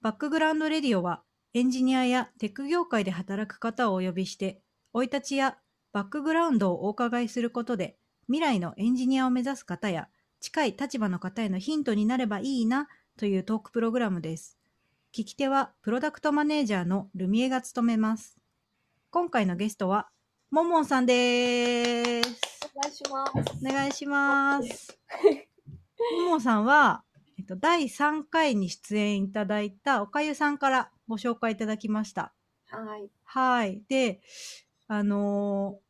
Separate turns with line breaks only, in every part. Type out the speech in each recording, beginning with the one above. バックグラウンドレディオは、エンジニアやテック業界で働く方をお呼びして、生い立ちやバックグラウンドをお伺いすることで、未来のエンジニアを目指す方や、近い立場の方へのヒントになればいいなというトークプログラムです。聞き手は、プロダクトマネージャーのルミエが務めます。今回のゲストは、モンモンさんです。
お願いします。
お願いします。ももさんは、えっと、第3回に出演いただいたおかゆさんからご紹介いただきました。
はい。
はい。で、あのー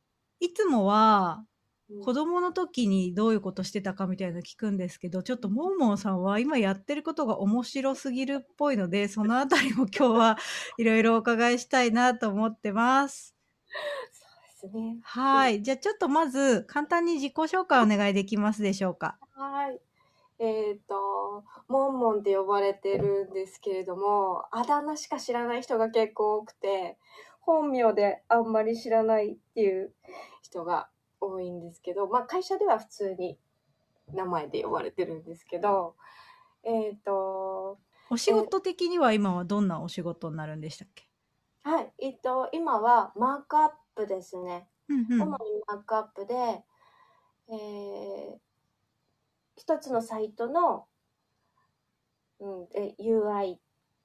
いつもは子供の時にどういうことしてたかみたいなの聞くんですけど、ちょっともんもんさんは今やってることが面白すぎるっぽいので、そのあたりも今日はい ろいろお伺いしたいなと思ってます。
そうですね。
はい。じゃあちょっとまず簡単に自己紹介お願いできますでしょうか。
はい。えっ、と、モンモンって呼ばれてるんですけれども、あだ名しか知らない人が結構多くて、本名であんまり知らないっていう人が多いんですけど、まあ会社では普通に名前で呼ばれてるんですけど、えっ、と、
お仕事的には今はどんなお仕事になるんでしたっけ
はい。えっ、と、今はマークアップですね。
うん
主にマークアップで、えー一つのサイトの、うん、え UI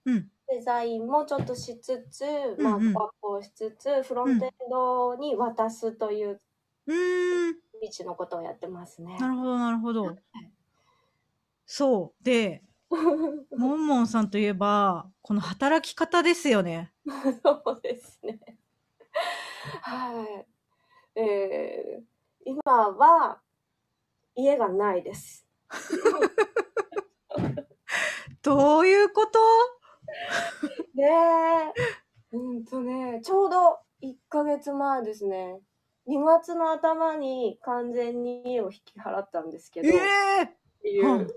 うん。
デザインもちょっとしつつ、
うん
マークアップをしつつフロントエンドに渡すという
うーん。
道のことをやってますね。
なるほど、なるほど。そう。で、モンモンさんといえば、この働き方ですよね。
そうですね。はい。えー今は家がないです。
どういうこと
で、うんとね、ちょうど1ヶ月前ですね。2月の頭に完全に家を引き払ったんですけど、
え
っ
え
てい
はいう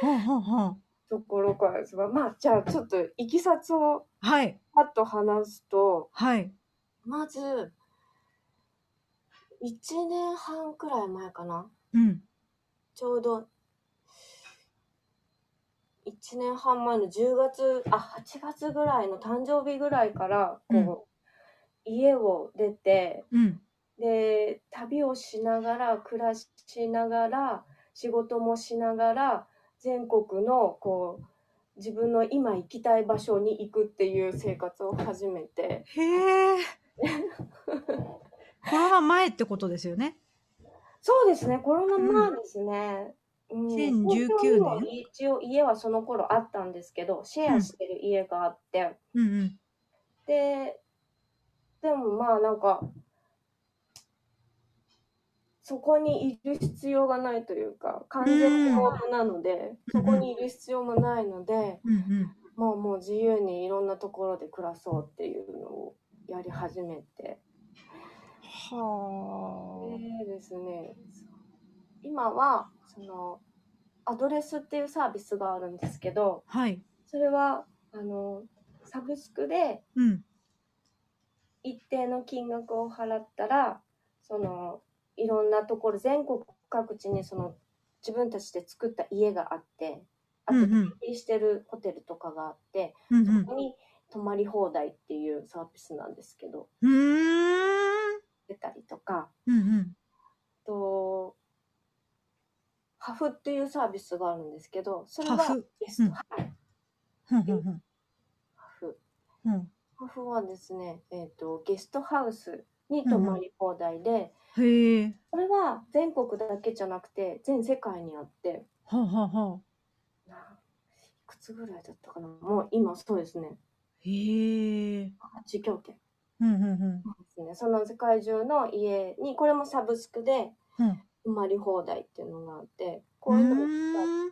ほんほんほん。
ところからですが、まあ、じゃあちょっといきさつを
はい。
パッと話すと、
はい。
まず、1年半くらい前かな。
うん。
ちょうど、1年半前の10月、あ、8月ぐらいの誕生日ぐらいから、こう、家を出て、
うん。
で旅をしながら暮らしながら仕事もしながら全国のこう自分の今行きたい場所に行くっていう生活を始めて
へえ。コロナ前ってことですよね。
そうですねコロナ前ですね、うん
2019年
東京にも一応家はその頃あったんですけどシェアしてる家があって、
うんうん。
ででもまあなんかそこにいる必要がないというか完全ホームなので
うん
そこにいる必要もないので
うんうん。
もうもう自由にいろんなところで暮らそうっていうのをやり始めて
は
でですね今はそのアドレスっていうサービスがあるんですけど
あ。はい。
それはあのサブスクで
うん。
一定の金額を払ったらそのいろんなところ全国各地にその自分たちで作った家があってあと
うんうん
経営してるホテルとかがあって、
うんうん
そこに泊まり放題っていうサービスなんですけど。
うーん。
出たりとか
うんうん。
あとハフっていうサービスがあるんですけどそれは
ハフ
ゲスト
うん
はい
ふんふんふん
ハフ
うん。へ
ハフはですね、えー、とゲストハウスに泊まり放題で、
え。
それは全国だけじゃなくて全世界にあって
はあ、はあはあ。
いくつぐらいだったかなもう今そうですね
へえ。
8拠点
うんうん
ですねその世界中の家にこれもサブスクで
うん。うん。
泊まり放題っていうのがあってこういうのも
うーん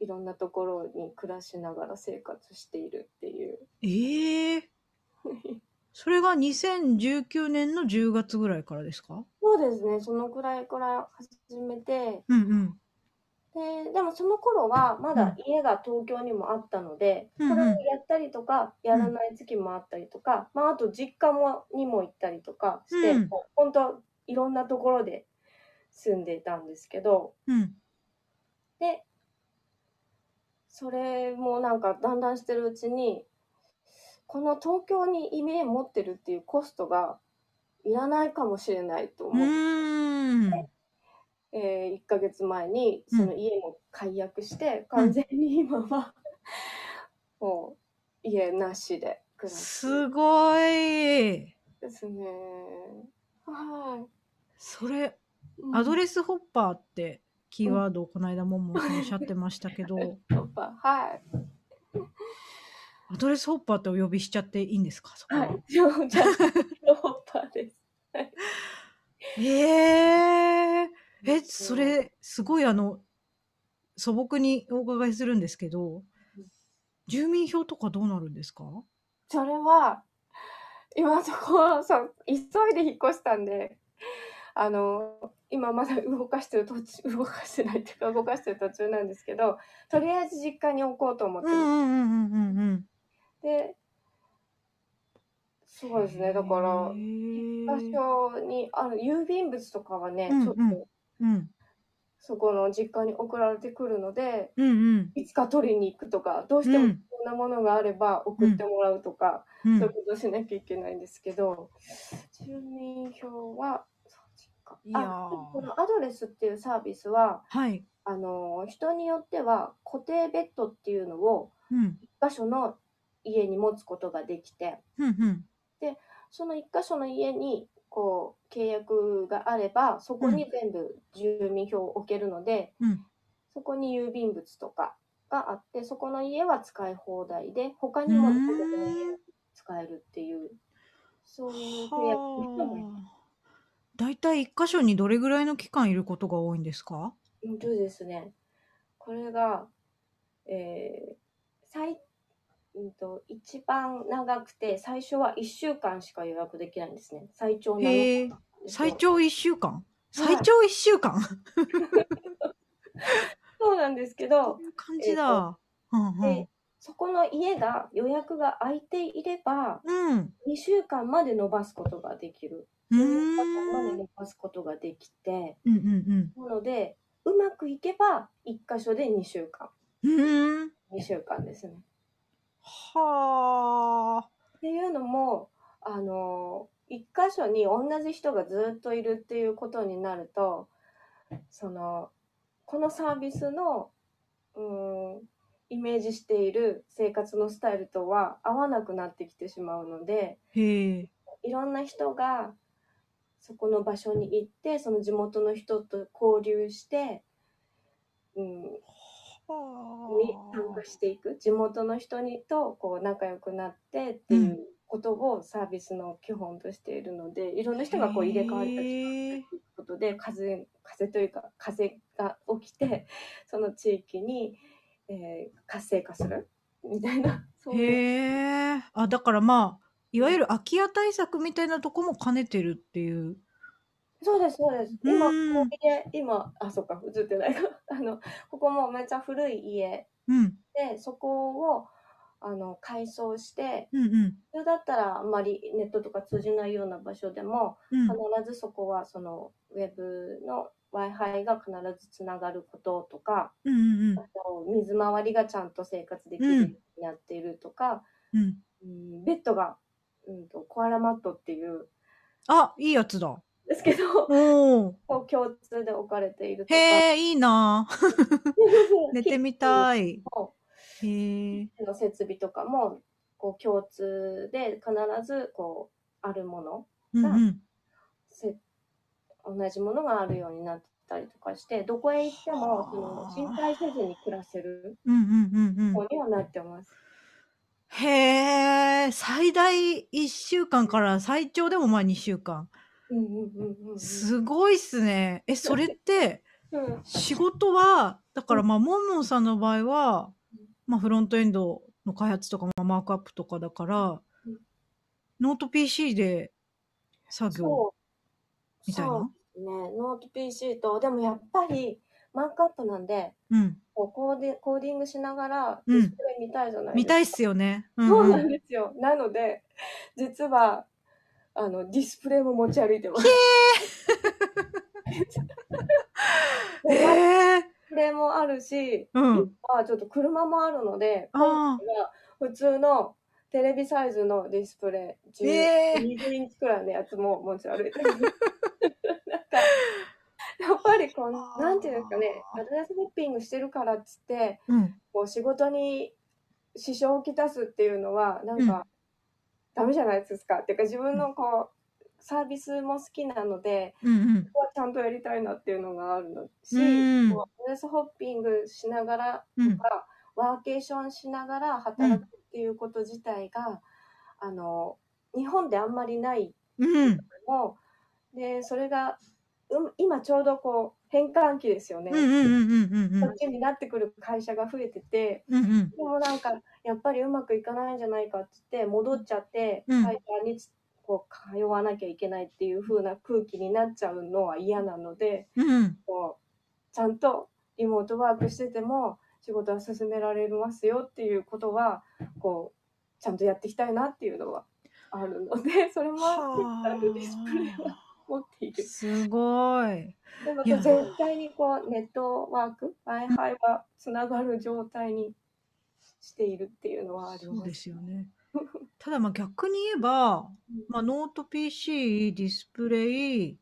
いろんなところに暮らしながら生活しているっていう
ええそれが2019年の10月ぐらいからですか
そうですねそのくらいから始めて
うんうん。
ででもその頃はまだ家が東京にもあったので、
うん
これを
うん
やったりとかやらない月もあったりとか、まあ、あと実家もにも行ったりとかして、
うん
こう本当はいろんなところで住んでいたんですけど
うん。
でそれもなんかだんだんしてるうちにこの東京にイメージ持ってるっていうコストがいらないかもしれないと
う
思って、
ーん。
えー1ヶ月前にその家も解約して、
うん
完全に今は もう家なしで暮らす
すごい。
ですね。は
それ、
い。うん
アドレスホッパーってキーワードをこの間もんもんさんおっしゃってましたけど、
やっぱはい。
アドレスホッパーってお呼びしちゃっていいんですかそこ
はい。 じゃあ、じゃあ、ホッパーです。
えー、え、それ、すごいあの、素朴にお伺いするんですけど、住民票とかどうなるんですか
それは、今のところ、そう、急いで引っ越したんで、あの、今まだ動かしてる途中、 動かしてないっていうか、動かしてる途中なんですけど、とりあえず実家に置こうと思って
う
ます、
んうんうんうんうん。
で、そうですね、だから、場所に、あの、郵便物とかはね、
うん
ちょっ
うん
と、
うん
そこの実家に送られてくるので、
うんうん
いつか取りに行くとか、どうして
う
も
ん
こんなものがあれば送ってもらうとか、
うん
そういうことしなきゃいけないんですけど、住民票は、そう実家
いやー
あこのアドレスっていうサービスは、
はい。
あの人によっては固定ベッドっていうのを
うん
1箇所の家に持つことができて、
うんうん
その1箇所の家にこう契約があれば、そこに全部住民票を置けるので、
うん
そこに郵便物とかがあって、そこの家は使い放題で、他にも
うーん
どこでも使えるっていう、そういう契約の人も
はあ大体一箇所にどれぐらいの期間いることが多いんですか
いるですね。これが、えー、最、うんと、一番長くて、最初は1週間しか予約できないんですね。最長な
へえ最長1週間最長1週間
そうなんですけ
そ
ど
う、いう 感じだ。うんうん
でそこの家が予約が空いていれば、
うん
2週間まで伸ばすことができる。
うー
そうんいう方まで伸ばすことができて、
うんうん
なので、うまくいけば1箇所で2週間、
うんうーん
2週間ですね。
はあ
っていうのも、あの、1箇所に同じ人がずっといるっていうことになると、その、このサービスの、うーん、イメージしている生活のスタイルとは合わなくなってきてしまうので、
へえ
いろんな人がそこの場所に行ってその地元の人と交流して、うん、に参
は
加していく地元の人にとこう仲良くなってっていううんことをサービスの基本としているので、いろんな
あ
人がこう入れ替わったり
へえ
ということで風風というか風が起きてその地域に、えー活性化するみたいなそういう
へえ。あ、だからまあ、いわゆる空き家対策みたいなとこも兼ねてるっていう。
そうです、そうです。
う
今、
ん
ここ家、今、あ、そっか、映ってないか。 あの、ここもめっちゃ古い家
うん、
で、そこを、あの、改装して、
うん、うん、
普通だったらあんまりネットとか通じないような場所でも、
うん
必。ずそこは、その、ウェブの Wi-Fi が必ずつながることとか、
うん、うん、
あと水回りがちゃんと生活できるようになっているとか、
うん。
うん、ベッドが、うんと、コアラマットっていう、
あ、いいやつだ。
ですけど、
おお。
こう共通で置かれているとか、
へえ、いい なあ。寝てみた
い。
い。へえ。
の設備とかもこう共通で必ずこうあるもの
うん、うん。
せ同じものがあるようになったりとかしてどこへ行ってもそ
はあ
の心配せずに暮らせる
うん、うん、うん、う
よ
ん。
うにはなってます。
へえ、最大一週間から最長でもまあ二週間。
うんうんうんうんうん
すごいっすね。 え、それって、
うん
仕事はだからまあモンモンさんの場合は、
うん
まあ、フロントエンドの開発とかまあマークアップとかだから、
うん
ノート PC で作業
そう
みたい
そう
な
ねノート PC とでもやっぱりマークアップなんで
うん
こうコーディコーディングしながら
うん
ディスプレイ見たいじゃないですか。
見たいっすよね、うん
そう
うん
なんですよ。なので、実は、あの、ディスプレイも持ち歩いてます。
えー、
これもあるし、
うん。
あちょっと車もあるので、
あ
普通のテレビサイズのディスプレイ、10
ええ
20インチくらいのやつも持ち歩いて る。なんか、やっぱりこ
あ
う、
ー
なんていうんですかね、アドレスホッピングしてるからっつって、
うん。
こう仕事に支障をきたすっていうのは、なんか、ダメじゃないですか。っていうか自分のこう、サービスも好きなので、
うんうん。
ここはちゃんとやりたいなっていうのがあるのし、
うん
こうアドレスホッピングしながら
うん。
がワーケーションしながら働くっていうこと自体が、あの日本であんまりない
うん。
のもでそれが、うん、今ちょうどこう変換期ですよね。
うんうんうんうんうん
こっちになってくる会社が増えてて
うんうん
でもなんかやっぱりうまくいかないんじゃないかって言って戻っちゃって
うん
会社にこう通わなきゃいけないっていう風な空気になっちゃうのは嫌なので。
うん
こうちゃんとリモートワークしてても仕事は進められますよっていうことはこうちゃんとやっていきたいなっていうのはあるので それもあるディスプレイは持っている
すごい。
でも
いや
絶対にこうネットワーク w i f i はつながる状態にしているっていうのはあり
そう
ま
ですすよね。ただまあ逆に言えば、まあ、ノート PC ディスプレイ、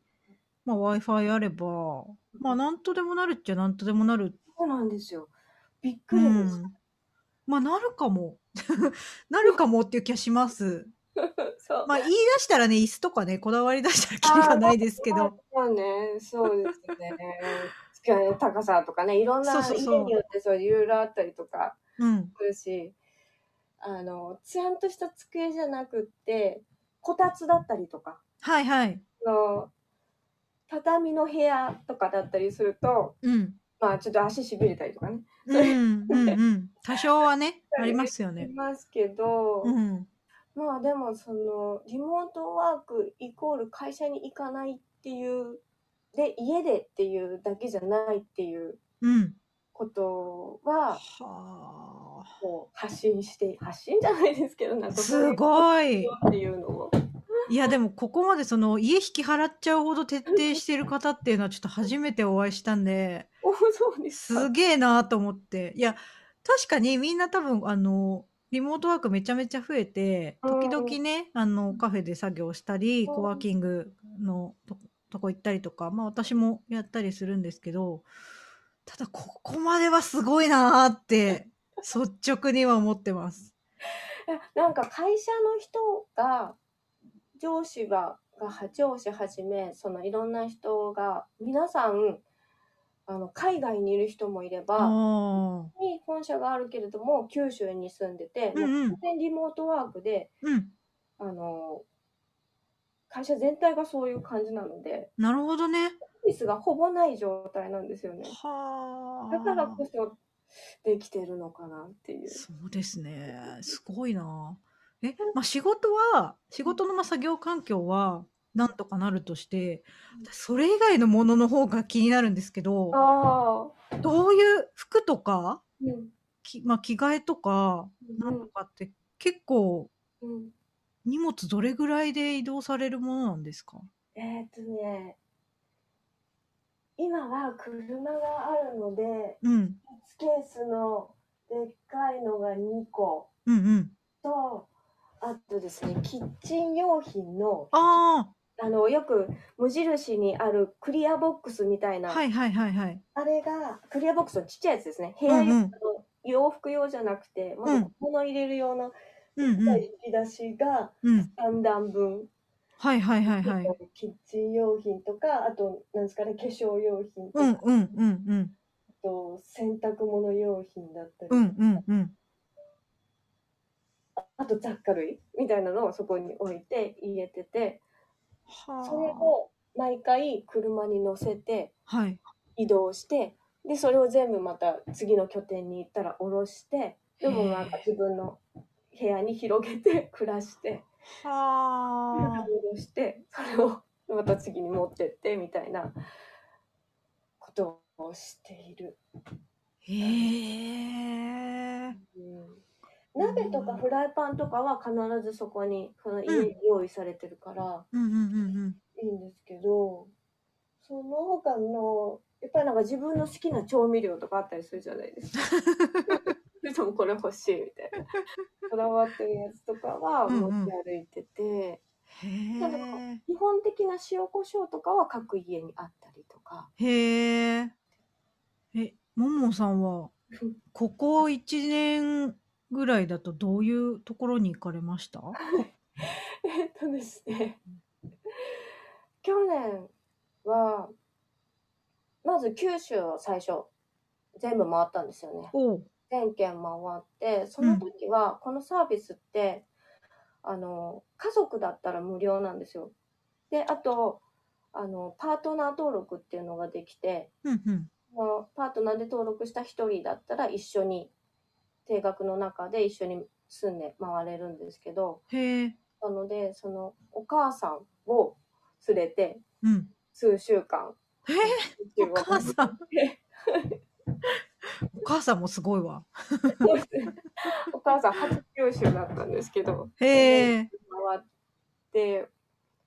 まあ、w i f i あればまあなんとでもなるっちゃなんとでもなる、
そうなんですよびっく
う
りです、
ん、まあなるかも なるかもっていう気がします。
そう
まあ言い出したらね椅子とかねこだわり出したらキリがないですけど。
まあね、そうですね。 机の高さとかね、いろんな
そう
家
そうそう
によってそういろいろあったりとか
うん、
するし、あの、ちゃんとした机じゃなくって、こたつだったりとか、
はいはい。
あの畳の部屋とかだったりすると、
うん
まあちょっと足しびれたりとかね、
うんうんうん、多少はねありますよ
あ り
ね。
ますけど、
うん、
まあでもその、リモートワークイコール会社に行かないっていう、で、家でっていうだけじゃないっていう、
うん、
ことは
はあ
こう発信して発信じゃないですけどなんかそう
す
いう
ごい
っていうのを
いやでもここまでその家引き払っちゃうほど徹底してる方っていうのはちょっと初めてお会いしたんで
お そうですか
すげえなと思っていや確かにみんな多分あのリモートワークめちゃめちゃ増えて時々ねあのカフェで作業したり
うん
コワーキングのととこ行ったりとかまあ私もやったりするんですけどただここまではすごいなーって率直には思ってます。
いやなんか会社の人が上司がが上司はじめそのいろんな人が皆さんあの海外にいる人もいれ
あ
ば
ー
に本社があるけれども九州に住んでて、
うんうん
もう完全リモートワークで
うん
あの会社全体がそういう感じなので
なるほどね。
オフィスがほぼない状態なんですよね。
はあ。
だからこそできてるのかなっていう。
そうですね。すごいな。え、まあ、仕事は、仕事のまあ作業環境は、なんとかなるとして、私それ以外のものの方が気になるんですけど、
ああ、
どういう服とか、
うん、
きまあ、着替えとか、なんとかって、結構、
うん、うん。
荷物どれぐらいで移動されるものなんですか
えーっとね、今は車があるので、
うん、
スケースのでっかいのが2個
うん、うん。
と、あとですね、キッチン用品の、
あ
あの、よく無印にあるクリアボックスみたい
あ、
な、
はいはいはいはい。
あれが、クリアボックスのちっちゃいやつですね。部
う
屋
んう
用
ん、
の洋服用じゃなくて、ま
うん
ず物入れる用の
うん、うん
引、き出しが
うん。
3段分、
はいはいはいはい。
キッチン用品とかあとなんですかね化粧用品とか、
うん、
あ
うん、うん、うん。
と洗濯物用品だったり、
うんうんうん。
あと雑貨類みたいなのをそこに置いて入れてて
は
それを毎回車に乗せて
はい。
移動してでそれを全部また次の拠点に行ったら下ろしてでもなんか自分の部屋に広げて 暮らして
はあ。
をしてそれをまた次に持ってってみたいなことをしている、
へえ。
うん鍋とかフライパンとかは必ずそこにその家に用意されてるから
うんうんうんうん。
いいんですけど、その他のやっぱりなんか自分の好きな調味料とかあったりするじゃな いですか。でもこれ欲しいみたいな。こだわってるやつとかは
うん
持
うん
ち歩いてて、
へえ。
基本的な塩コショウとかは各家にあったりとか。
へえ。え、もんもんさんは、ここ1年ぐらいだとどういうところに行かれました
えっとですね。去年は、まず九州を最初、全部回ったんですよね。
おう。
全県回って、その時は、このサービスって、あの、家族だったら無料なんですよ。で、あと、あの、パートナー登録っていうのができて、
うんうん。
そのパートナーで登録した一人だったら一緒に、定額の中で一緒に住んで回れるんですけど、
へえ。
なので、そのお母さんを連れて
うん。
数週間。
へえ。お母さん。お母さんもすごいわ。
そうですねお母さん初九州だったんですけど、
へえ。
回って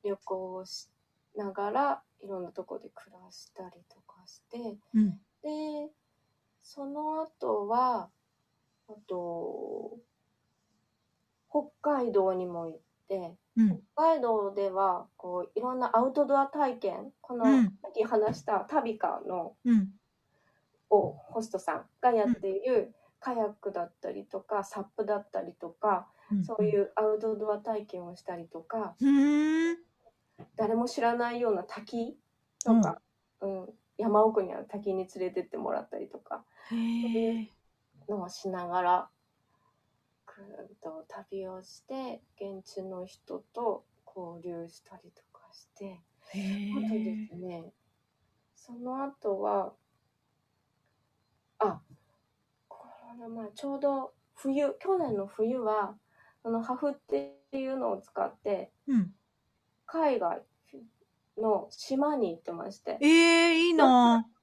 旅行をしながらいろんなとこで暮らしたりとかして、
うん。
で、その後は、あと、北海道にも行って、
うん。
北海道ではこういろんなアウトドア体験この、
うん
さっき話したタビカの
うん。
をホストさんがやっているカヤックだったりとかサップだったりとか
うん
そういうアウトドア体験をしたりとか
ふーん。
誰も知らないような滝とか、うん山奥にある滝に連れてってもらったりとか
へえ。
のをしながら、くーっと旅をして現地の人と交流したりとかして。
へ
あとで
え。
すね、その後は、あ、この前、ちょうど冬、去年の冬は、そのハフっていうのを使って、
うん。
海外の島に行ってまして、
ええ、いいなぁ。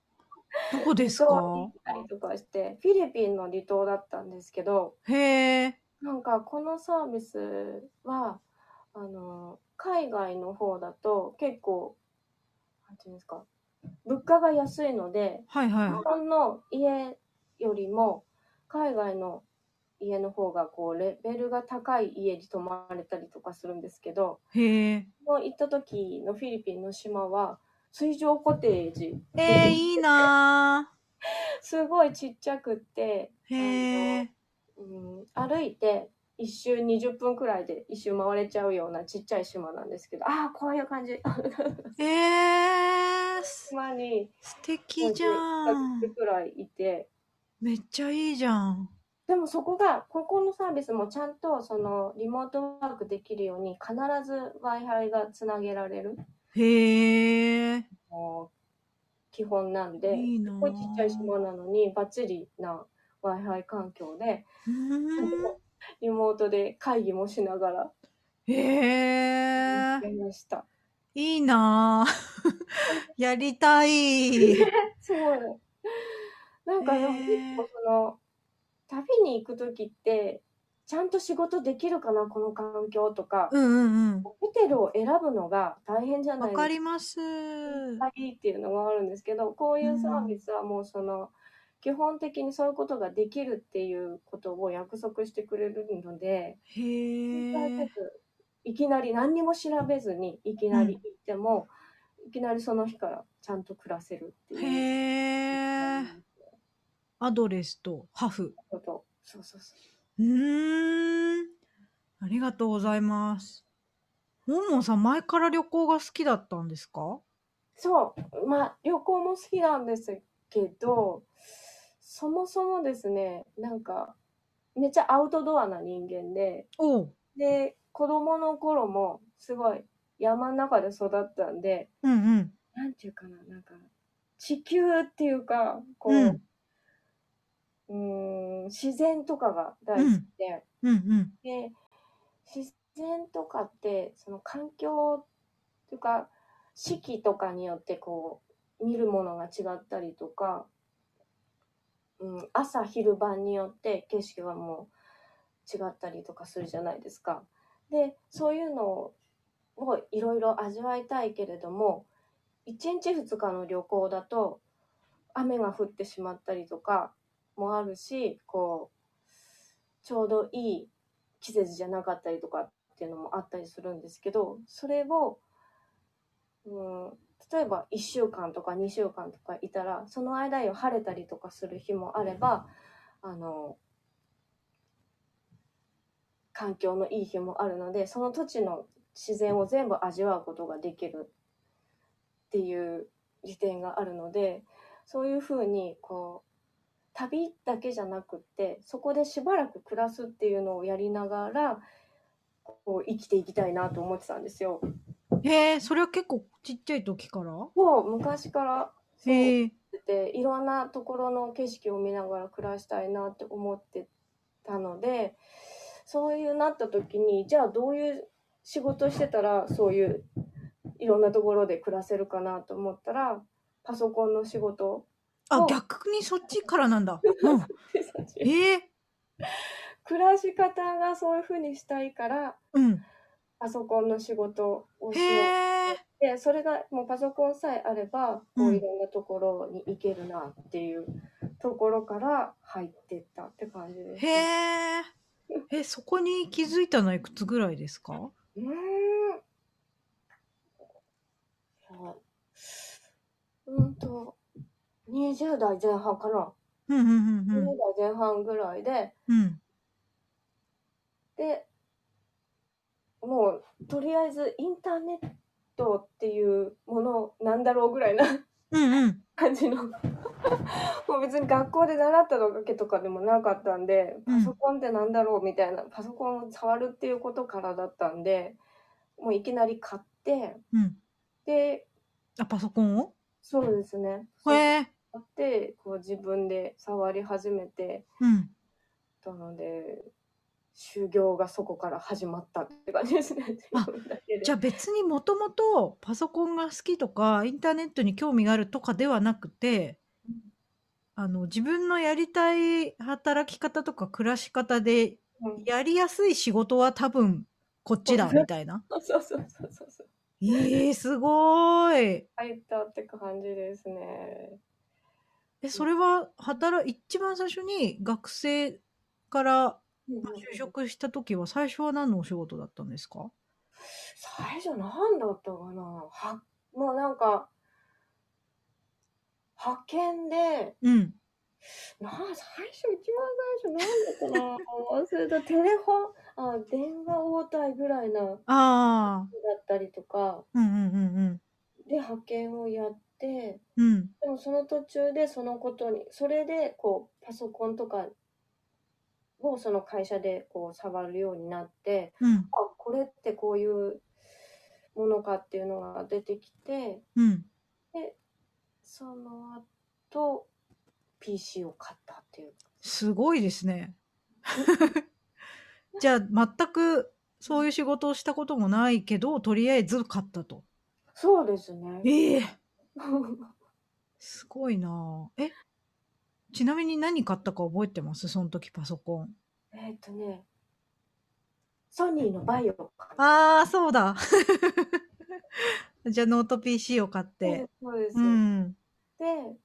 どこです
島に行
か
ったりとかして、フィリピンの離島だったんですけど、
へえ。
なんかこのサービスは、あの、海外の方だと結構、なんていうんですか、物価が安いので、
はい
日
は
本の家よりも海外の家の方がこうレベルが高い家に泊まれたりとかするんですけど
い。へえ。
もう行った時のフィリピンの島は水上コテージ
ええ、いいな
すごいちっちゃくって、
ぁ。へえ。
うん、歩いて一周20分くらいで一周回れちゃうようなちっちゃい島なんですけどああこういう感じ
ええー、す
島に
素敵じゃ
2
ん
つ。くらいいて
めっちゃいいじゃん。
でもそこが、ここのサービスもちゃんとそのリモートワークできるように必ず Wi-Fi がつなげられる
へえ。
もう基本なんで、
いいな
す
ぁ
ごいちっちゃい島なのにバッチリな Wi-Fi 環境で、
うーん
リモートで会議もしながら
へ
や
え。
りました。
いいなぁ。 やりたい。
すごい。なんかでも
へ
結
ー
構その、旅に行く時って、ちゃんと仕事できるかな、この環境とか、
うんうん
ホテルを選ぶのが大変じゃ
うん。
な
わ
いです
か
か。
ります。
いいっていうのがあるんですけどこういうサービスはもうその、基本的にそういうことができるっていうことを約束してくれるので、
へえ。
いきなり何にも調べずにいきなり行っても、いきなりその日からちゃんと暮らせるっていう
へえ。アドレスとハフ。
こと。そうそうそ
う
う
ーん。ありがとうございます。もんもんさん、前から旅行が好きだったんですか
そう、まあ旅行も好きなんですけど、そもそもですね、なんかめっちゃアウトドアな人間で、
おう。
で、子供の頃もすごい山の中で育ったんで、
うんうん。
なんていうかな、なんか地球っていうか、こう、
うん
うーん自然とかが大好きで、
うんうん。
で、自然とかって、その環境というか、四季とかによってこう、見るものが違ったりとか、うん、朝昼晩によって景色がもう違ったりとかするじゃないですか。で、そういうのをいろいろ味わいたいけれども、1日2日の旅行だと、雨が降ってしまったりとかもあるしこうちょうどいい季節じゃなかったりとかっていうのもあったりするんですけどそれを、うん、例えば1週間とか2週間とかいたらその間よ晴れたりとかする日もあればあの環境のいい日もあるのでその土地の自然を全部味わうことができるっていう利点があるのでそういうふうにこう旅だけじゃなくってそこでしばらく暮らすっていうのをやりながらこう生きていきたいなと思ってたんですよ。
へえ、それは結構ちっちゃい時から
もう昔からそう
へえ、
っていろんなところの景色を見ながら暮らしたいなって思ってたのでそういうなった時にじゃあどういう仕事してたらそういういろんなところで暮らせるかなと思ったらパソコンの仕事
あ
お、
逆にそっちからなん だ。うん。へ え、
暮らし方がそういうふうにしたいから
うん。
パソコンの仕事をしよう
へえ、
でそれがもうパソコンさえあればこ
うん
ういろんなところに行けるなっていうところから入ってったって感じです
へ
ね、
え。え、そこに気づいたのはいくつぐらいですか
うーんあうんと20代前半かな、
うんうんう
20
ん
代前半ぐらいで
うん。うん。
でもうとりあえずインターネットっていうものなんだろうぐらいな
うんうん。
感じの もう別に学校で習っただけとかでもなかったんで
うん
パソコンってなんだろうみたいなパソコンを触るっていうことからだったんでもういきなり買って
うん。
で
あ、パソコンを
そうですね
へえ、
買ってこう自分で触り始めて
うん。
たので修行がそこから始まったって感じですね
あ
自分だけで
じゃあ別にもともとパソコンが好きとか、インターネットに興味があるとかではなくて、あの、自分のやりたい働き方とか暮らし方で、
うん
やりやすい仕事は多分こっちだ、みたいな。
そうそうそうそうそう
ええ、すごーい。
入ったって感じですね
え、それは働、一番最初に学生から就職した時は最初は何のお仕事だったんですか
最初何だったかなはもうなんか派遣で
うん。
なあ最初一番最初何だったかな忘れたテレフォンあ電話応対ぐらいなだっ
ああ、
たりとか
うんうんうんうん。
で派遣をやって
うん。
でもその途中でそのことにそれでこうパソコンとかをその会社でこう触るようになって
うん。
あこれってこういうものかっていうのが出てきて
うん。
その後 PC を買ったっていう
すごいです ね。じゃあ、全くそういう仕事をしたこともないけど、とりあえず買ったと。
そうですね
ええすごいなあえ、ちなみに何買ったか覚えてますその時パソコン。
えっとねソニーのバイオか
あ
な
あ、そうだ。 じゃあ、ノート PC を買って。
そうです、
うん。
で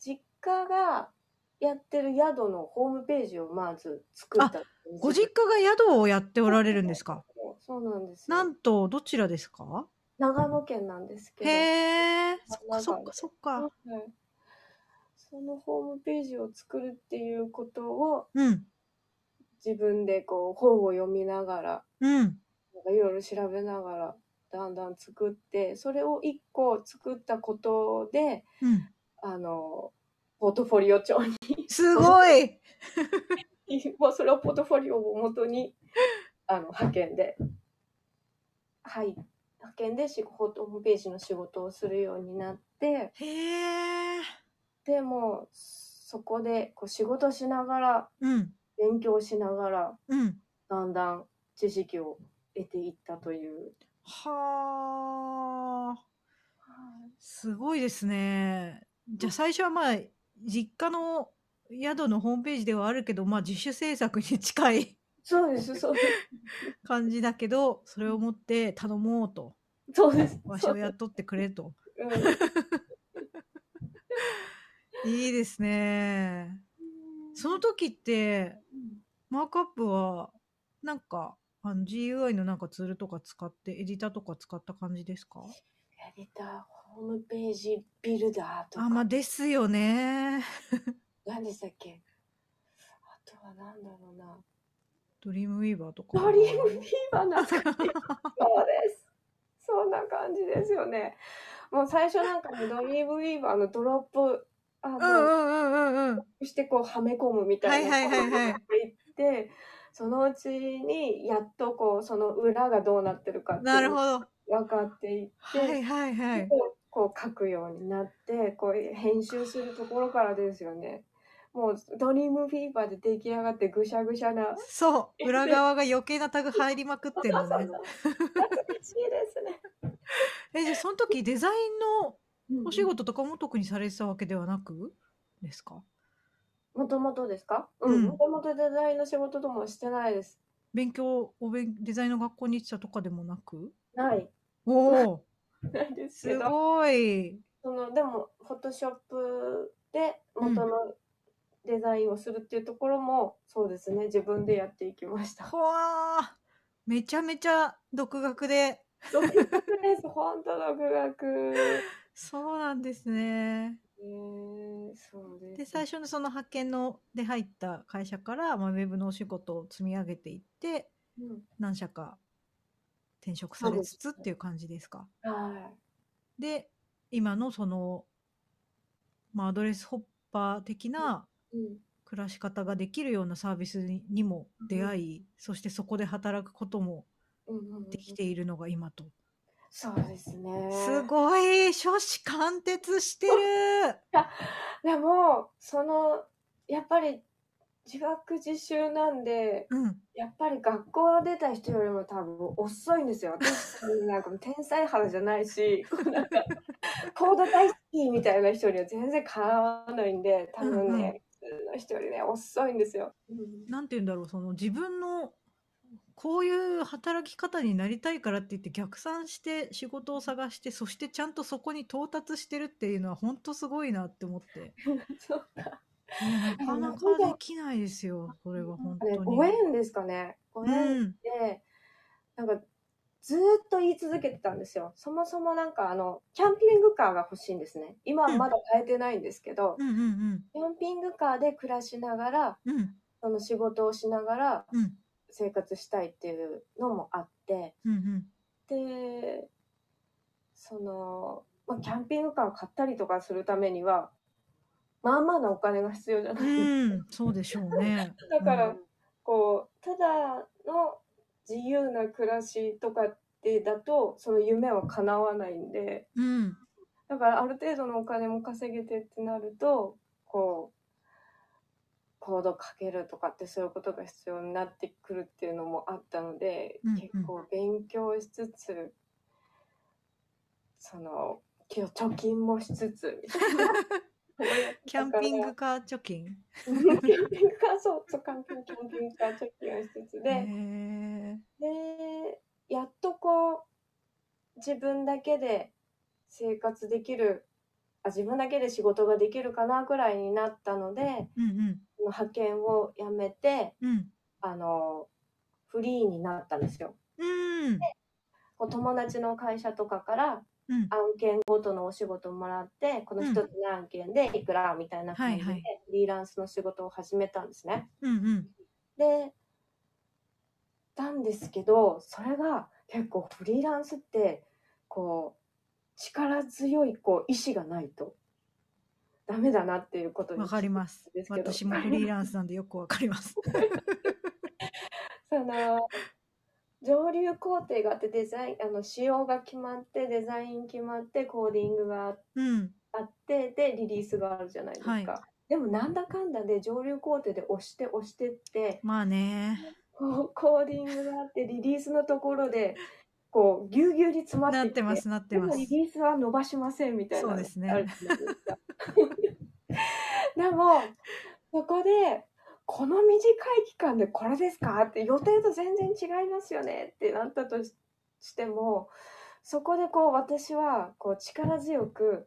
実家がやってる宿のホームページをまず作ったんですよ
ご実家が宿をやっておられるんですか
そうなんですよ
なんと、どちらですか
長野県なんですけど
へえ、そっかそっかそっ
は
か
い。そのホームページを作るっていうことを
うん、
自分でこう本を読みながら
うん、
なんかいろいろ調べながらだんだん作ってそれを1個作ったことで
うん。
あのポートフォリオ帳
すごい
に もうそれをポートフォリオをもとにあの派遣ではい派遣で仕事ホームページの仕事をするようになって
へえ、
でもうそこでこう仕事しながら
うん、
勉強しながら
うん。
だんだん知識を得ていったという。
はあ、すごいですね。じゃあ最初はまあ、実家の宿のホームページではあるけど、まあ自主制作に近い
そうです、そうです。
感じだけど、それを持って頼もうと。
そうです。
わしを雇ってくれと。
うん
いいですね。その時って、マークアップは、なんか、あの GUI のなんかツールとか使って、エディターとか使った感じですか
エディター、ホームページビルダーとか。
あ、まあ、ですよね。
何でしたっけあとは何だろうな。
ドリームウィーバーとか。
ドリームフィーバー懐かしい。そうです。そんな感じですよね。もう最初なんかね、ドリームウィーバーのドロップ、あの、
うんうんうんうんうん。
してこうはめ込むみたいな
はいはいはいはい
入って、そのうちにやっとこう、その裏がどうなってるかって
な
いう
るほ
の
ど。
が分かっていって、
はいはいはい。
こう書くようになって、こう編集するところからですよね。もうドリームフィーバーで出来上がってぐしゃぐしゃな。
そう。裏側が余計なタグ入りまくってる
そう
の
そう
ね。
そう懐かしいですね。
え、じゃあその時デザインのお仕
うん
事とかも特にされてたわけではなくですか
もともとですかうん。
うん
もともとデザインの仕事ともしてないです。
勉強お勉デザインの学校に行ってたとかでもなく
ない。
おお
ないですけ
す
ど。
ごい
そのでもフォトショップで元のデザインをするっていうところも、そうですね自分でやっていきま した。
ほわーめちゃめちゃ独学で
独学です本当独学。
そうなんですね
えー、そうです。
で最初のその派遣ので入った会社から、まあ、ウェブのお仕事を積み上げていって
うん
何社か転職されつつっていう感じですか
は
で今のその、まあ、アドレスホッパー的な、
い。うん
暮らし方ができるようなサービスににも出会い、そしてそこで働くことも
うんうんうん
できているのが今と。
そうですね。
すごい書士貫徹 してる
でもそのやっぱり自学自習なんで
うん。
やっぱり学校出た人よりも多分遅いんですよ。私なんか天才肌じゃな いし、こうなんかコード大好きみたいな人には全然かなわないんで、多分ね、普通の人よりね、遅いんですよ。
なんて言うんだろう、その自分のこういう働き方になりたいからって言って逆算して仕事を探して、そしてちゃんとそこに到達してるっていうのは本当すごいなって思って。
そうか。
ねなかなかできないですよ、これは本当
ね
に。
ご縁ですかね。ご縁っ
うん。
て、なんかずーっと言い続けてたんですよ。そもそもなんかあの、キャンピングカーが欲しいんですね。今はまだ買えてないんですけど、
うんうん
キャンピングカーで暮らしながら、
うん。うん。
その仕事をしながら、
うん。
生活したいっていうのもあって
うんうん。
でその、まあ、キャンピングカーを買ったりとかするためにはまあまあなお金が必要じゃない、
うん、そうでしょうね。
だから、
うん
こうただの自由な暮らしとかでだとその夢は叶わないんで
うん、
だからある程度のお金も稼げてってなるとこうコードかけるとかってそういうことが必要になってくるっていうのもあったので、
うんうん
結構勉強しつつそのきょ貯金もしつつみたい な
キャンピングカー貯金。
キャンピングカ ーそうそうキャンピングキャンピングカー貯金をしつつで、
へえ
でやっとこう自分だけで生活できるあ自分だけで仕事ができるかなぐらいになったので
うんうん
派遣を辞めて
うん
あのフリーになったんですよ。
うん
こう友達の会社とかから
うん
案件ごとのお仕事もらってこの一つの案件でいくらみたいな感じ
は
で
いはい
フリーランスの仕事を始めたんですね。
うんうん
でたんですけどそれが結構フリーランスってこう力強いこう意志がないとダメだなっていうことに
わかります
ですけど
私もフリーランスなんでよくわかります
その上流工程があってデザインあの仕様が決まってデザイン決まってコーディングがあって。
うん
あってでリリースがあるじゃないですか、
はい
でもなんだかんだで上流工程で押して押してって
まあね
こうコーディングがあってリリースのところでこうぎゅうぎゅうに詰まって
なっ
き
てますなって
で
ま
も
す
リリースは伸ばしませんみたいな
そうですね
あるじゃないですか でもそこでこの短い期間でこれですかって予定と全然違いますよねってなったとししてもそこでこう私はこう力強く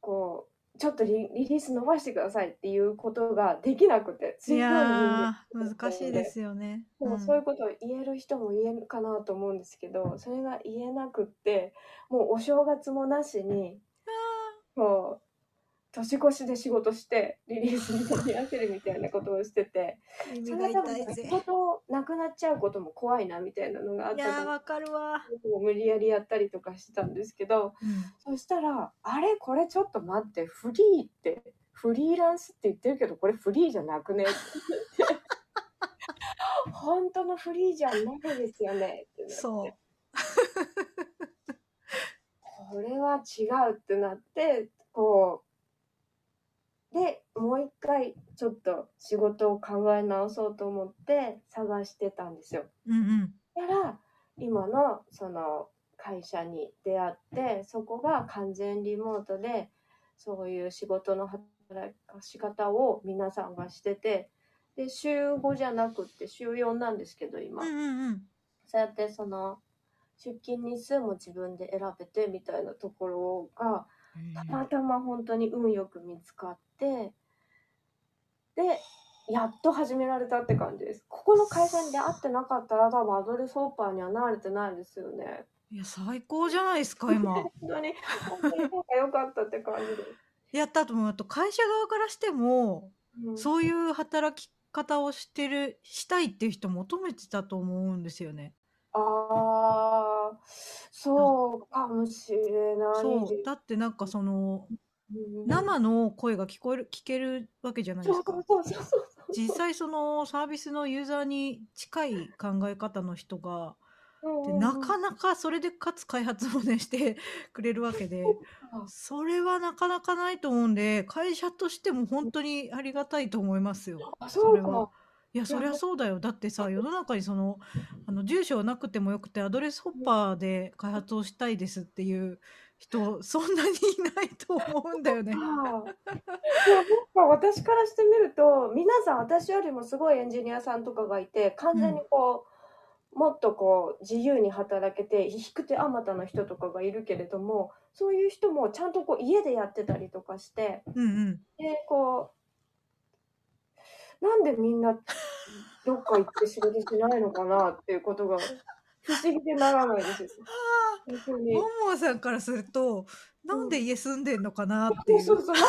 こうちょっとリリリース伸ばしてくださいっていうことができなくて、す
い
ごい人間
やー難しいですよね。
もう
うん
そういうことを言える人も言えるかなと思うんですけど、それが言えなくって、もうお正月もなしに、もう年越しで仕事して、リリースに取り合わせるみたいなことをしてて、そ
耳
れ
が
が多分
痛いぜ
仕。事なくなっちゃうことも怖いなみたいなのがあっ
い
た
やー
の
わかるわ。
で、無理やりやったりとかしてたんですけど、
うん
そしたら、あれこれちょっと待って、フリーって、フリーランスって言ってるけど、これフリーじゃな くねって言って本当のフリーじゃないですよねってなって
そう。
これは違うってなって、こう、で、もう一回ちょっと仕事を考え直そうと思って探してたんですよ。
うんうん。
から今のその会社に出会ってそこが完全リモートでそういう仕事の働かし方を皆さんがしててで週5じゃなくって週4なんですけど今、
うんうんうん。
そうやってその出勤日数も自分で選べてみたいなところがたまたま本当に運よく見つかってでやっと始められたって感じですここの会社に出会ってなかったら多分アドレスホッパーにはなれてないですよね
いや最高じゃないですか 今。
本当に本当になんか良かったって感じです、
やったと思うと会社側からしても
うん、
そういう働き方をしてるしたいっていう人求めてたと思うんですよね。
あーそうかもしれない
そうだってなんかその
うん
生の声が聞こえる聞けるわけじゃないで
そ
す
う
か
そう。そうそうそう
実際そのサービスのユーザーに近い考え方の人が
うん
で
うん
なかなかそれでかつ開発もねしてくれるわけでそれはなかなかないと思うんで会社としても本当にありがたいと思いますよ。
あそ
そうれは
か
いやそりゃそうだよだってさ世の中にそのあの住所はなくてもよくてアドレスホッパーで開発をしたいですっていう人そんなにいないと思うんだ よね。
ああいやなんか私からしてみると皆さん私よりもすごいエンジニアさんとかがいて完全にこう、もっとこう自由に働けて引く手あまたの人とかがいるけれどもそういう人もちゃんとこう家でやってたりとかして
うんうん
でこうなんでみんなどっか行って仕事しないのかなっていうことが不思議でならないです。本当に
モンモンさんからするとなんで家住んでんのかなっていう。
そうそうそう。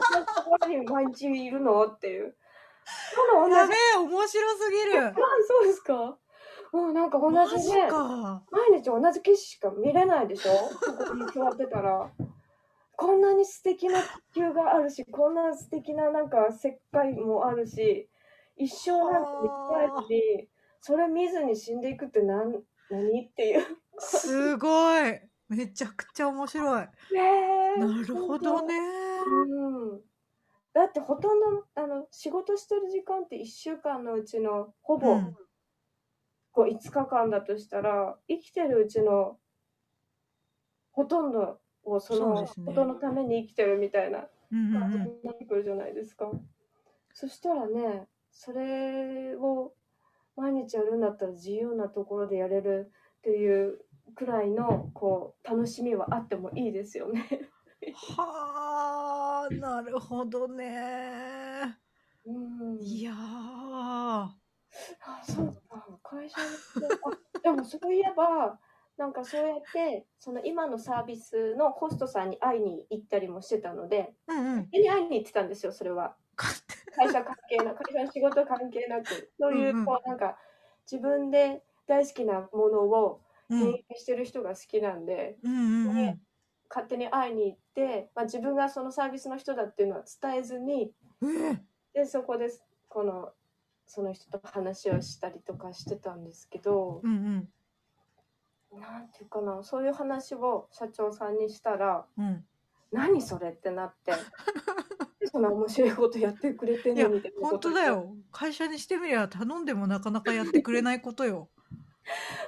なんでこんなところに毎日いるのっていう。まだ
や
同
べ
じ。
え面白すぎる
あそうですか。うん、なんか同
マ
じ
ジ
ね。
か
毎日同じ景色しか見れないでしょ。ここに座ってたら。こんなに素敵な地球があるし、こんな素敵ななんか世界もあるし、一生なんか見たいのに、それ見ずに死んでいくってなん何っていう。
すごいめちゃくちゃ面白い。
ねえ
なるほどね。
うんだってほとんどあの仕事してる時間って1週間のうちのほぼ、
うん
こう5日間だとしたら生きてるうちのほとんどをそ
そう
の
ですね
ことのために生きてるみたいな
うんうん
感じ
う
に
ん
なってくるじゃないですか。そしたらねそれを毎日やるんだったら自由なところでやれるっていうくらいのこう楽しみはあってもいいですよね。
はあなるほどね。
うん
いやー
あそうか会社に行ってあでもそういえばなんかそうやってその今のサービスのホストさんに会いに行ったりもしてたので
うんうん。
家に会いに行ってたんですよそれは
勝手
会社関係なく会社の仕事関係なくそうい
うんうん
うこうなんか自分で大好きなものを
うん
研究してる人が好きなんで
うんうんうん
勝手に会いに行って、まあ、自分がそのサービスの人だっていうのは伝えずに
うん
でそこでこのその人と話をしたりとかしてたんですけど。
うん
なんていうかなそういう話を社長さんにしたら
うん
「何それ?」ってな って「そんな面白いことやってくれてん
いや
の?」みたいな
本
こと
当だよ会社にしてみりゃ頼んでもなかなかやってくれないことよ。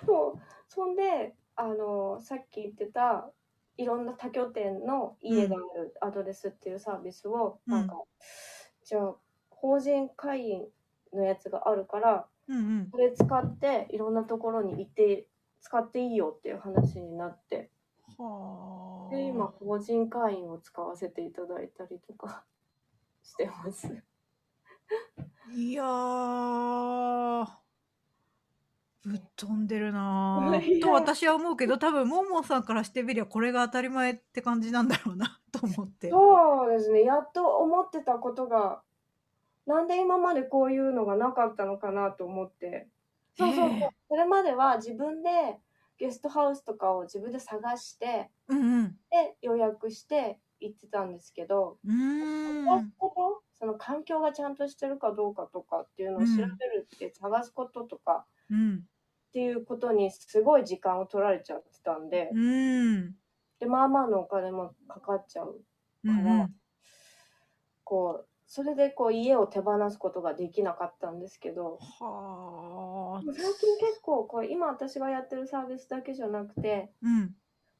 そうそんであのさっき言ってたいろんな多拠点の家があるアドレスっていうサービスを、
うん
なんかじゃあ法人会員のやつがあるから
うんうん
それ使っていろんなところに行って使っていいよっていう話になって。
はあ
で今法人会員を使わせていただいたりとか してます。
いやーぶっ飛んでるな
い
ー
や
と私は思うけど多分もんもんさんからしてみりゃこれが当たり前って感じなんだろうな と思って。
そうですねやっと思ってたことがなんで今までこういうのがなかったのかなと思ってそうそうそう、
ええ
それまでは自分でゲストハウスとかを自分で探して
うん
で予約して行ってたんですけど、
うん。うー
探
ん
す。ことその環境がちゃんとしてるかどうかとかっていうのを調べるって、探すこととか
うん。
っていうことにすごい時間を取られちゃってたんで,、
うん。
でまあまあのお金もかかっちゃう
うんうん
こうそれでこう家を手放すことができなかったんですけど
はあ。
最近結構こう今私がやってるサービスだけじゃなくて
うん。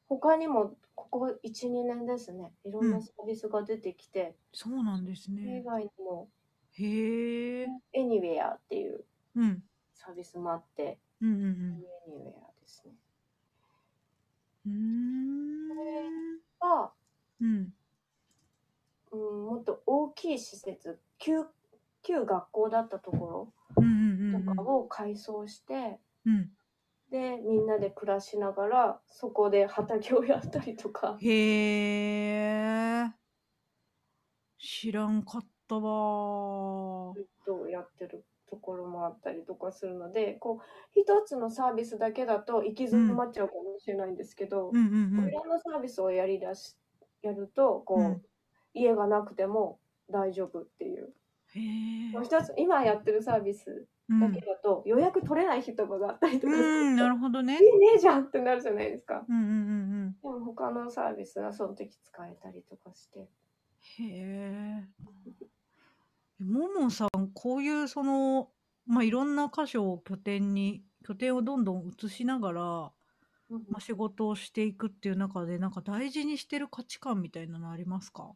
他にもここ12年ですねいろんなサービスが出てきて、
そうなんです
それ以
ね。
外にも
へえ。
「Anywhere」っていう
うん。
サービスもあって
うんうん
「Anywhere」ですね。
うん。うーん。
が、
うん。
うん、もっと大きい施設旧旧学校だったとこ
うんうんうん
ろ
う
と
ん。
かを改装して。
うん。
でみんなで暮らしながらそこで畑をやったりとか
へえ。知らんかったわー。
とやってるところもあったりとかするのでこう一つのサービスだけだと行き詰まっちゃうかもしれないんですけど、
うんうんうん
い。ろんなサービスをやりだしやるとこう、
うん
家がなくても大丈夫っていう
へえ
もう。一つ今やってるサービス
う
だ
ん
け。だと予約取れない人とかがあったりと
う
か
ん、なるほどね
意。味ねえじゃんってなるじゃないですか。
うんうんうん
でも他のサービスがその時使えたりとかして。
うん。へえ。ももさん、こういうその、まあ、いろんな箇所を拠点に、拠点をどんどん移しながら、
うん
まあ、仕事をしていくっていう中で、なんか大事にしてる価値観みたいなのありますか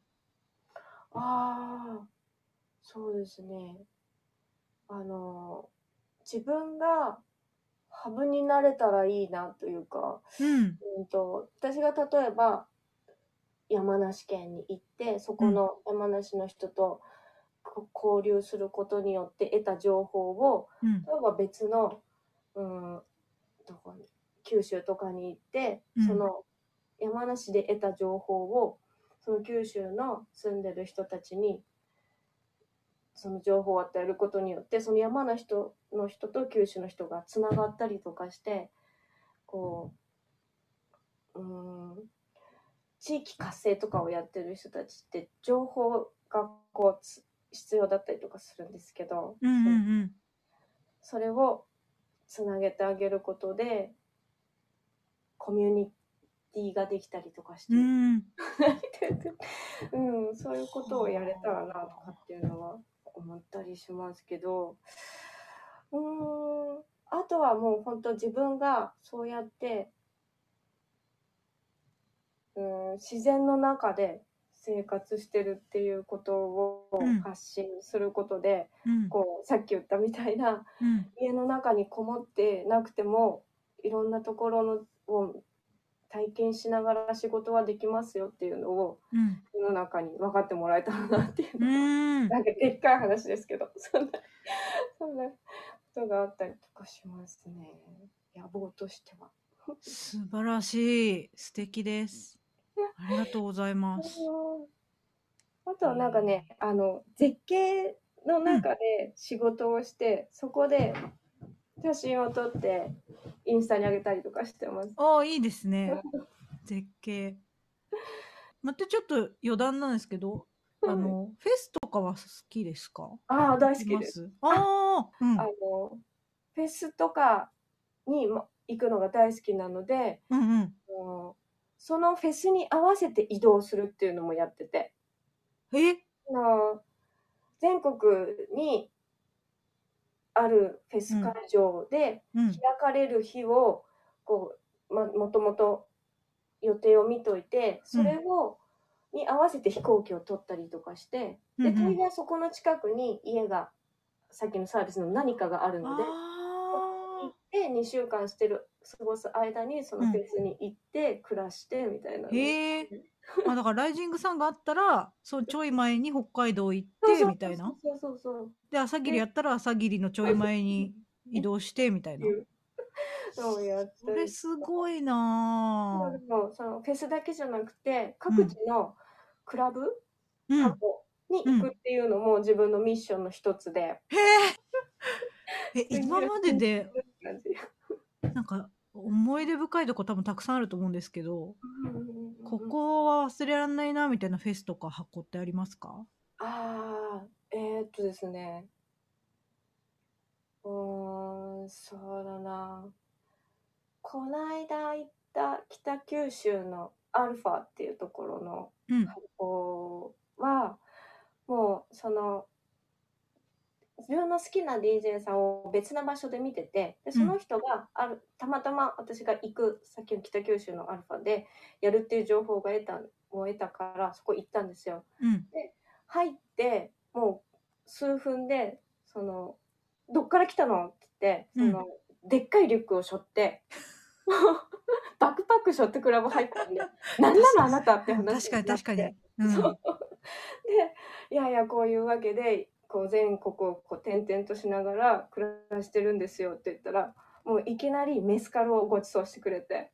ああ、そうですね。あの、自分がハブになれたらいいなというか、
うん。
うんと、私が例えば山梨県に行って、そこの山梨の人とこ交流することによって得た情報を、
うん
例。えば別の、うん、どこに、九州とかに行って
うん、
その山梨で得た情報を、その九州の住んでる人たちに、その情報を与えることによって、その山梨人の人と九州の人がつながったりとかして、こう、うん、地域活性とかをやってる人たちって、情報がこうつ、必要だったりとかするんですけど、
うんうんうん。
それをつなげてあげることでコミュニティができたりとかして、
うん。
うん、そういうことをやれたらなとかっていうのは思ったりしますけどうーんあとはもう本当自分がそうやって、うん、自然の中で生活してるっていうことを
うん
発信することで、
うん。
こうさっき言ったみたいな
うん。
家の中にこもってなくてもいろんなところのを体験しながら仕事はできますよっていうのを
うん。
世の中に分かってもらえたらなっていう
う
の、
ーん
なんかでっかい話ですけどそんなそんなことがあったりとかしますね野望としては。
素晴らしい素敵ですありがとうございます
あとはなんかねあの絶景の中で仕事をして、そこで写真を撮ってインスタに上げたりとかしてます。
おーいいですね絶景またちょっと余談なんですけどあのフェスとかは好きですか
ああ、大好
行
き
きま
です。
すああうん
あの、フェスとかにま行くのが大好きなので、
うんうん
あのそのフェスに合わせて移動するっていうのもやってて、
え
あの全国にあるフェス会場で
うん
開かれる日を、こう、ま、もともと予定を見といて、それを、に合わせて飛行機を取ったりとかして、
うんう
で、
ん
大概そこの近くに家が、さっきのサービスの何かがあるので、
あ
行っで2週間してる過ごす間にそのフェスに行って暮らしてみたいなの、
へえ。まあだからライジングさんがあったら、そうちょい前に北海道行っ
そう
て
そうそう
みたいな。
そうそうそう
で、朝霧やったら朝霧のちょい前に移動してみたいな。
そうのをやって
それすごいなぁ。
でもそのフェスだけじゃなくて各地のクラブ、
うん。
観光に行くっていうのも自分のミッションの一つで、
え、え今までで
感じ
なんか思い出深いとこ多分たくさんあると思うんですけど、ここは忘れられないなみたいなフェスとか箱ってありますか
ああえー、っとですねうーんそうだなこないだ行った北九州のアルファっていうところの
うん。
発行はもうその自分の好きな DJ さんを別な場所で見ててでその人があるたまたま私が行くさっきの北九州のアルファでやるっていう情報が得たを得たからそこ行ったんですよ。
うん。
入ってもう数分でその「どっから来たの?」って言ってその、でっかいリュックを背負って。 バックパック背負ってクラブ入った んで「何なのあなた」って話になって
確かに確かに。うん。
そうでいやいやこういうわけでこう全国をこう転々としながら暮らしてるんですよって言ったらもういきなりメスカルをご馳走してくれて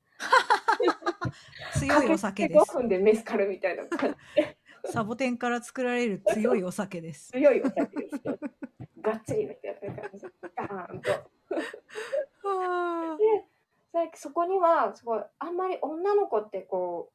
強いお酒で
駆け
す
つけ。5分でメスカルみたいな感
サボテンから作られる強いお酒です
じ。強いお酒ですよがっつりみたいな感じガーンと
あ
でそこにはすごいあんまり女の子ってこ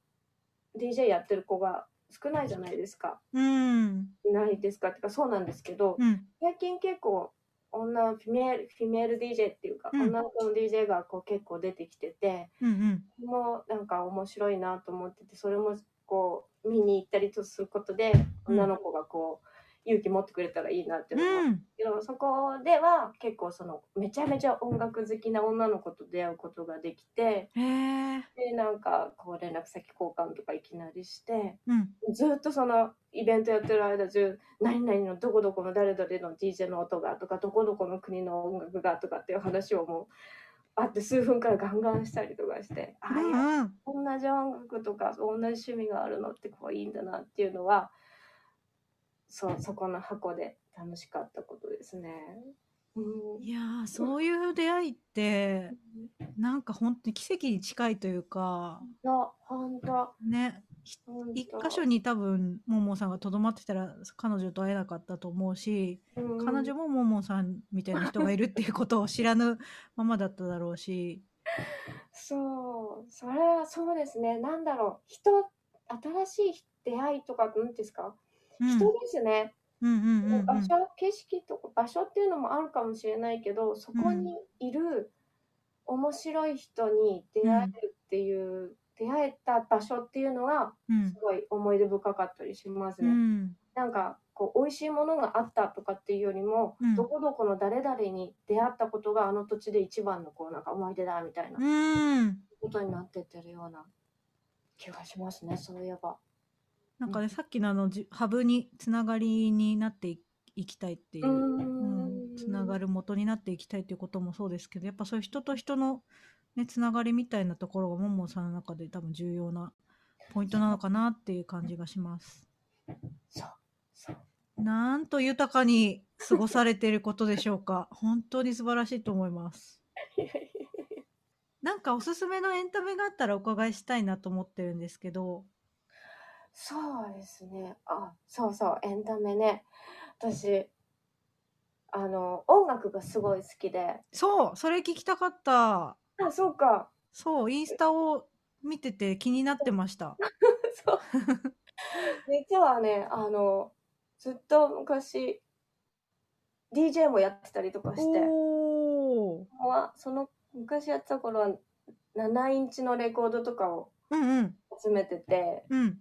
う DJ やってる子が少ないじゃないですか
ーうん。
いないですかってかそうなんですけど、
うん。
最近結構女フィメールフィメール DJ っていうか、
うん
女の子の DJ がこう結構出てきてて
うんうん。
もうなんか面白いなと思っててそれもこう見に行ったりとすることで
うん
女の子がこう勇気持ってくれたらいいなっていうのもある
うん。
けど、そこでは結構そのめちゃめちゃ音楽好きな女の子と出会うことができて
へえ。
でなんかこう連絡先交換とかいきなりして。
うん。
ずっとそのイベントやってる間中何々のどこどこの誰々の DJ の音がとかどこどこの国の音楽がとかっていう話をもうあって数分からガンガンしたりとかしてあ
う
あいや
んうん。
同じ音楽とか同じ趣味があるのってこういいんだなっていうのはそうそこの箱で楽しかったことですね。うん
いやーそういう出会いってなんか本当に奇跡に近いというか
の本当
ね
本当
一箇所に多分もんもんさんがとどまってたら彼女と会えなかったと思うし彼女
も
ももんもんさんみたいな人がいるっていうことを知らぬままだっただろうし
そう、それはそうですね。なんだろう、人、新しい出会いとか、なんていうんですか、
うん
人ですね。
うんうんうんうん
場所、景色とか、場所っていうのもあるかもしれないけど、そこにいる面白い人に出会えるっていう、出会えた場所っていうのが、
うん
すごい思い出深かったりします
う
ね。
ん
なんか、こう、美味しいものがあったとかっていうよりも、
うん
どこどこの誰々に出会ったことが、あの土地で一番の、こう、なんか思い出だ、みたいな。
うん
ことになってってるような気がしますね、そういえば。
なんかねさっきのあのじハブにつながりになっていいきたいっていううんつなが
る。
る元になっていきたいということもそうですけどやっぱそういう人と人の、ね、つながりみたいなところがもんもんさんの中で多分重要なポイントなのかなっていう感じがします。
そう、そう。
なんと豊かに過ごされていることでしょうか 本当に素晴らしいと思います。なんかおすすめのエンタメがあったらお伺いしたいなと思ってるんですけど、
そうですね。あ、そうそう、エンタメね。私、あの、音楽がすごい好きで。
そうそれ聞きたかった
あ、そうか。
そうインスタを見てて気になってました。
そう。 実はね、あの、ずっと昔、DJ もやってたりとかして。
おー
はその昔やってた頃は7インチのレコードとかを
うんうん
集めてて
うん。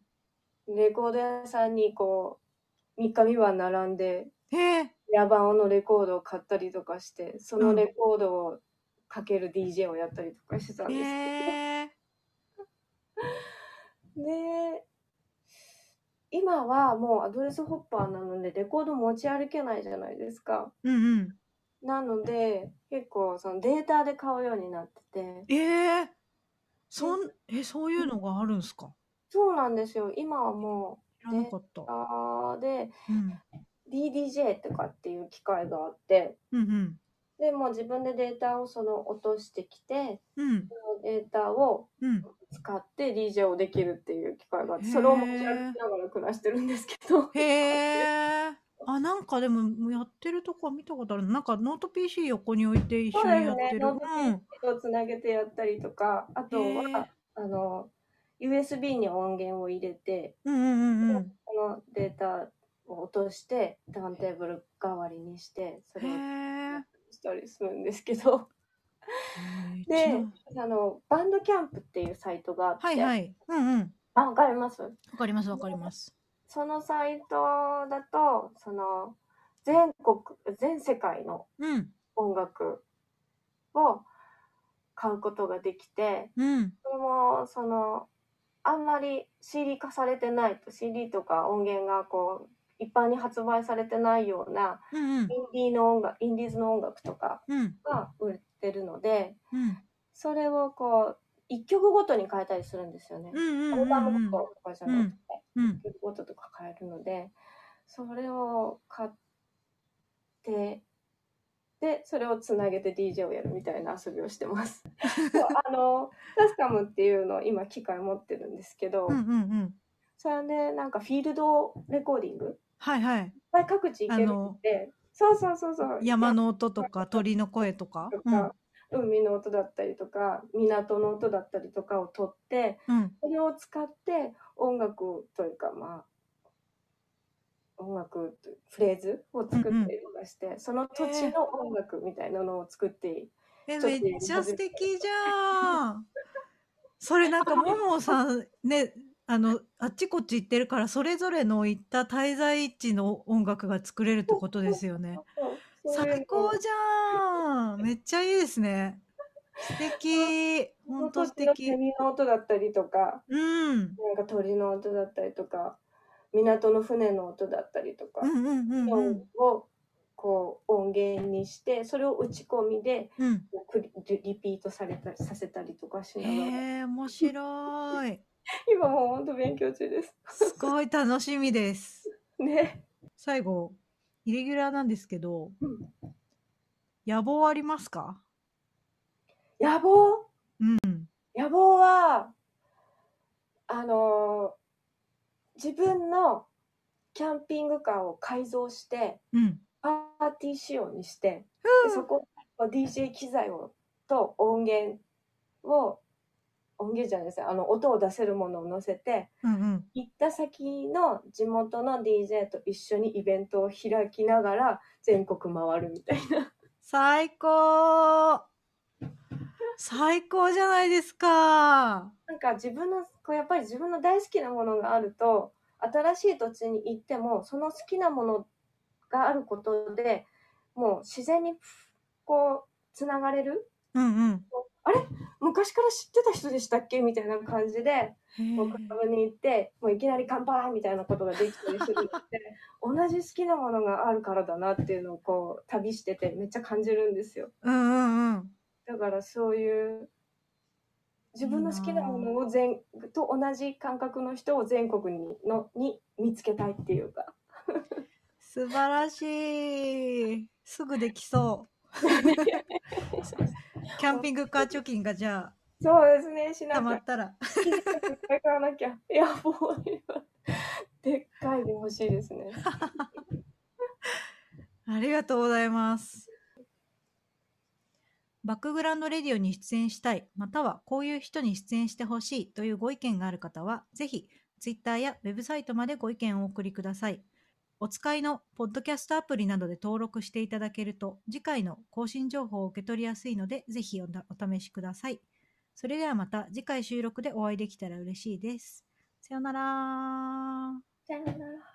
レコード屋さんにこう3日3晩並んで
へえ
野バオのレコードを買ったりとかしてそのレコードをかける DJ をやったりとかしてたんですけど、
へえ
で今はもうアドレスホッパーなのでレコード持ち歩けないじゃないですか。
うんうん
なので、結構そのデータで買うようになってて、
ええそん、え、そういうのがあるんすか
そうなんですよ。今はも
知らなかった
う、。あーで、
うん。
DDJ とかっていう機械があって、
うん
で、もう自分でデータをその落としてきて、
うん。うん。
そのデータを
うん。
使って DJ をできるっていう機械があって、
へー
それを持ち歩きながら暮らしてるんですけど。
へえ。あ、なんかでも、やってるとこは見たことある。なんかノート PC 横に置いて一緒にやってる。
そうだをつなげてやったりとか、あと
うん。へ
は
え。、
あの、USB に音源を入れて、
うんうんうん
このデータを落として、ターンテーブル代わりにして、そ
うん。
れ
へ
を
え。
したりするんですけど、
えー
で
一応
あの、バンドキャンプっていうサイトがあって、
はいはい。うんうん。
あ、わかります
わかりますわかります。
そのサイトだと、その、全国、全世界の
うん。
音楽を買うことができて、
うん。
それも、その、あんまり CD 化されてないと、CD とか音源がこう、一般に発売されてないような、
うんうん。
インディーの音楽、インディーズの音楽とか
うん。
が売ってるので、
うん。
それをこう、一曲ごとに変えたりするんですよね。
うんうん
ア
うん
ルバ
う
ム
ん
ごととかじゃなくて、
うん。
一曲ごととか変えるので、それを買って、で、それをつなげて DJ をやるみたいな遊びをしてます。 そうあの、タスカムっていうのを今機械持ってるんですけど、
うんうんうん。
それでなんかフィールドレコーディングいっ
はいはい。
ぱい各地行けるので、そうそうそうそう。
山の音とか鳥の声とか。
と
うん
か、海の音だったりとか港の音だったりとかを取って
うん
それを使って音楽というかまあ音楽というフレーズを作ったりとかして、その土地の音楽みたいなのを作っていい
え
ちょっと
めっちゃ素敵じゃん。それなんかももさんねあのあっちこっち行ってるからそれぞれの行った滞在地の音楽が作れるってことですよね。
そういうの
最高じゃん。めっちゃいいですね。素敵。本当素敵
そ。の土地の波の音だったりとか
うん。うん
なんか鳥の音だったりとか港の船の音だったりとか、
うんうんうん。
をこう音源にしてそれを打ち込みで
うん。
こう繰りリピートされたりさせたりとかしながら
へえ、面白い。
今もう本当勉強中です。
すごい楽しみです。
ね。
最後、イレギュラーなんですけど、
うん
野望ありますか
野望
うん。
野望はあのー自分のキャンピングカーを改造して
うん。
パーティー仕様にしてで
う
そ
ん
こを DJ 機材をと音源を音源じゃないですねあの音を出せるものを乗せて
うん
行った先の地元の DJ と一緒にイベントを開きながら全国回るみたいな。
最高最高じゃないですか。
なんか自分の、こうやっぱり自分の大好きなものがあると、新しい土地に行っても、その好きなものがあることで、もう自然にこう、つながれる
うん
昔から知ってた人でしたっけみたいな感じで、
うん。
もうクラブに行って、もういきなり乾杯みたいなことができたりするので、同じ好きなものがあるからだなっていうのをこう、旅しててめっちゃ感じるんですよ。
うんうんうん。
だからそういう、自分の好きなものを全、と同じ感覚の人を全国に、の、に見つけたいっていう か。
素晴らしい。すぐできそう。キャンピングカー貯金がじゃ
そうですね、し
あ、た
なき
ま
ゃ
っ。たら。
買わなきゃ。いや、もう、でっかいで欲しいです ね。
ありがとうございます。バックグラウンドレディオに出演したい、またはこういう人に出演してほしいというご意見がある方は、ぜひ Twitter やウェブサイトまでご意見をお送りください。お使いのポッドキャストアプリなどで登録していただけると、次回の更新情報を受け取りやすいので、ぜひおお試しください。それではまた次回収録でお会いできたら嬉しいです。さようなら。
さよなら。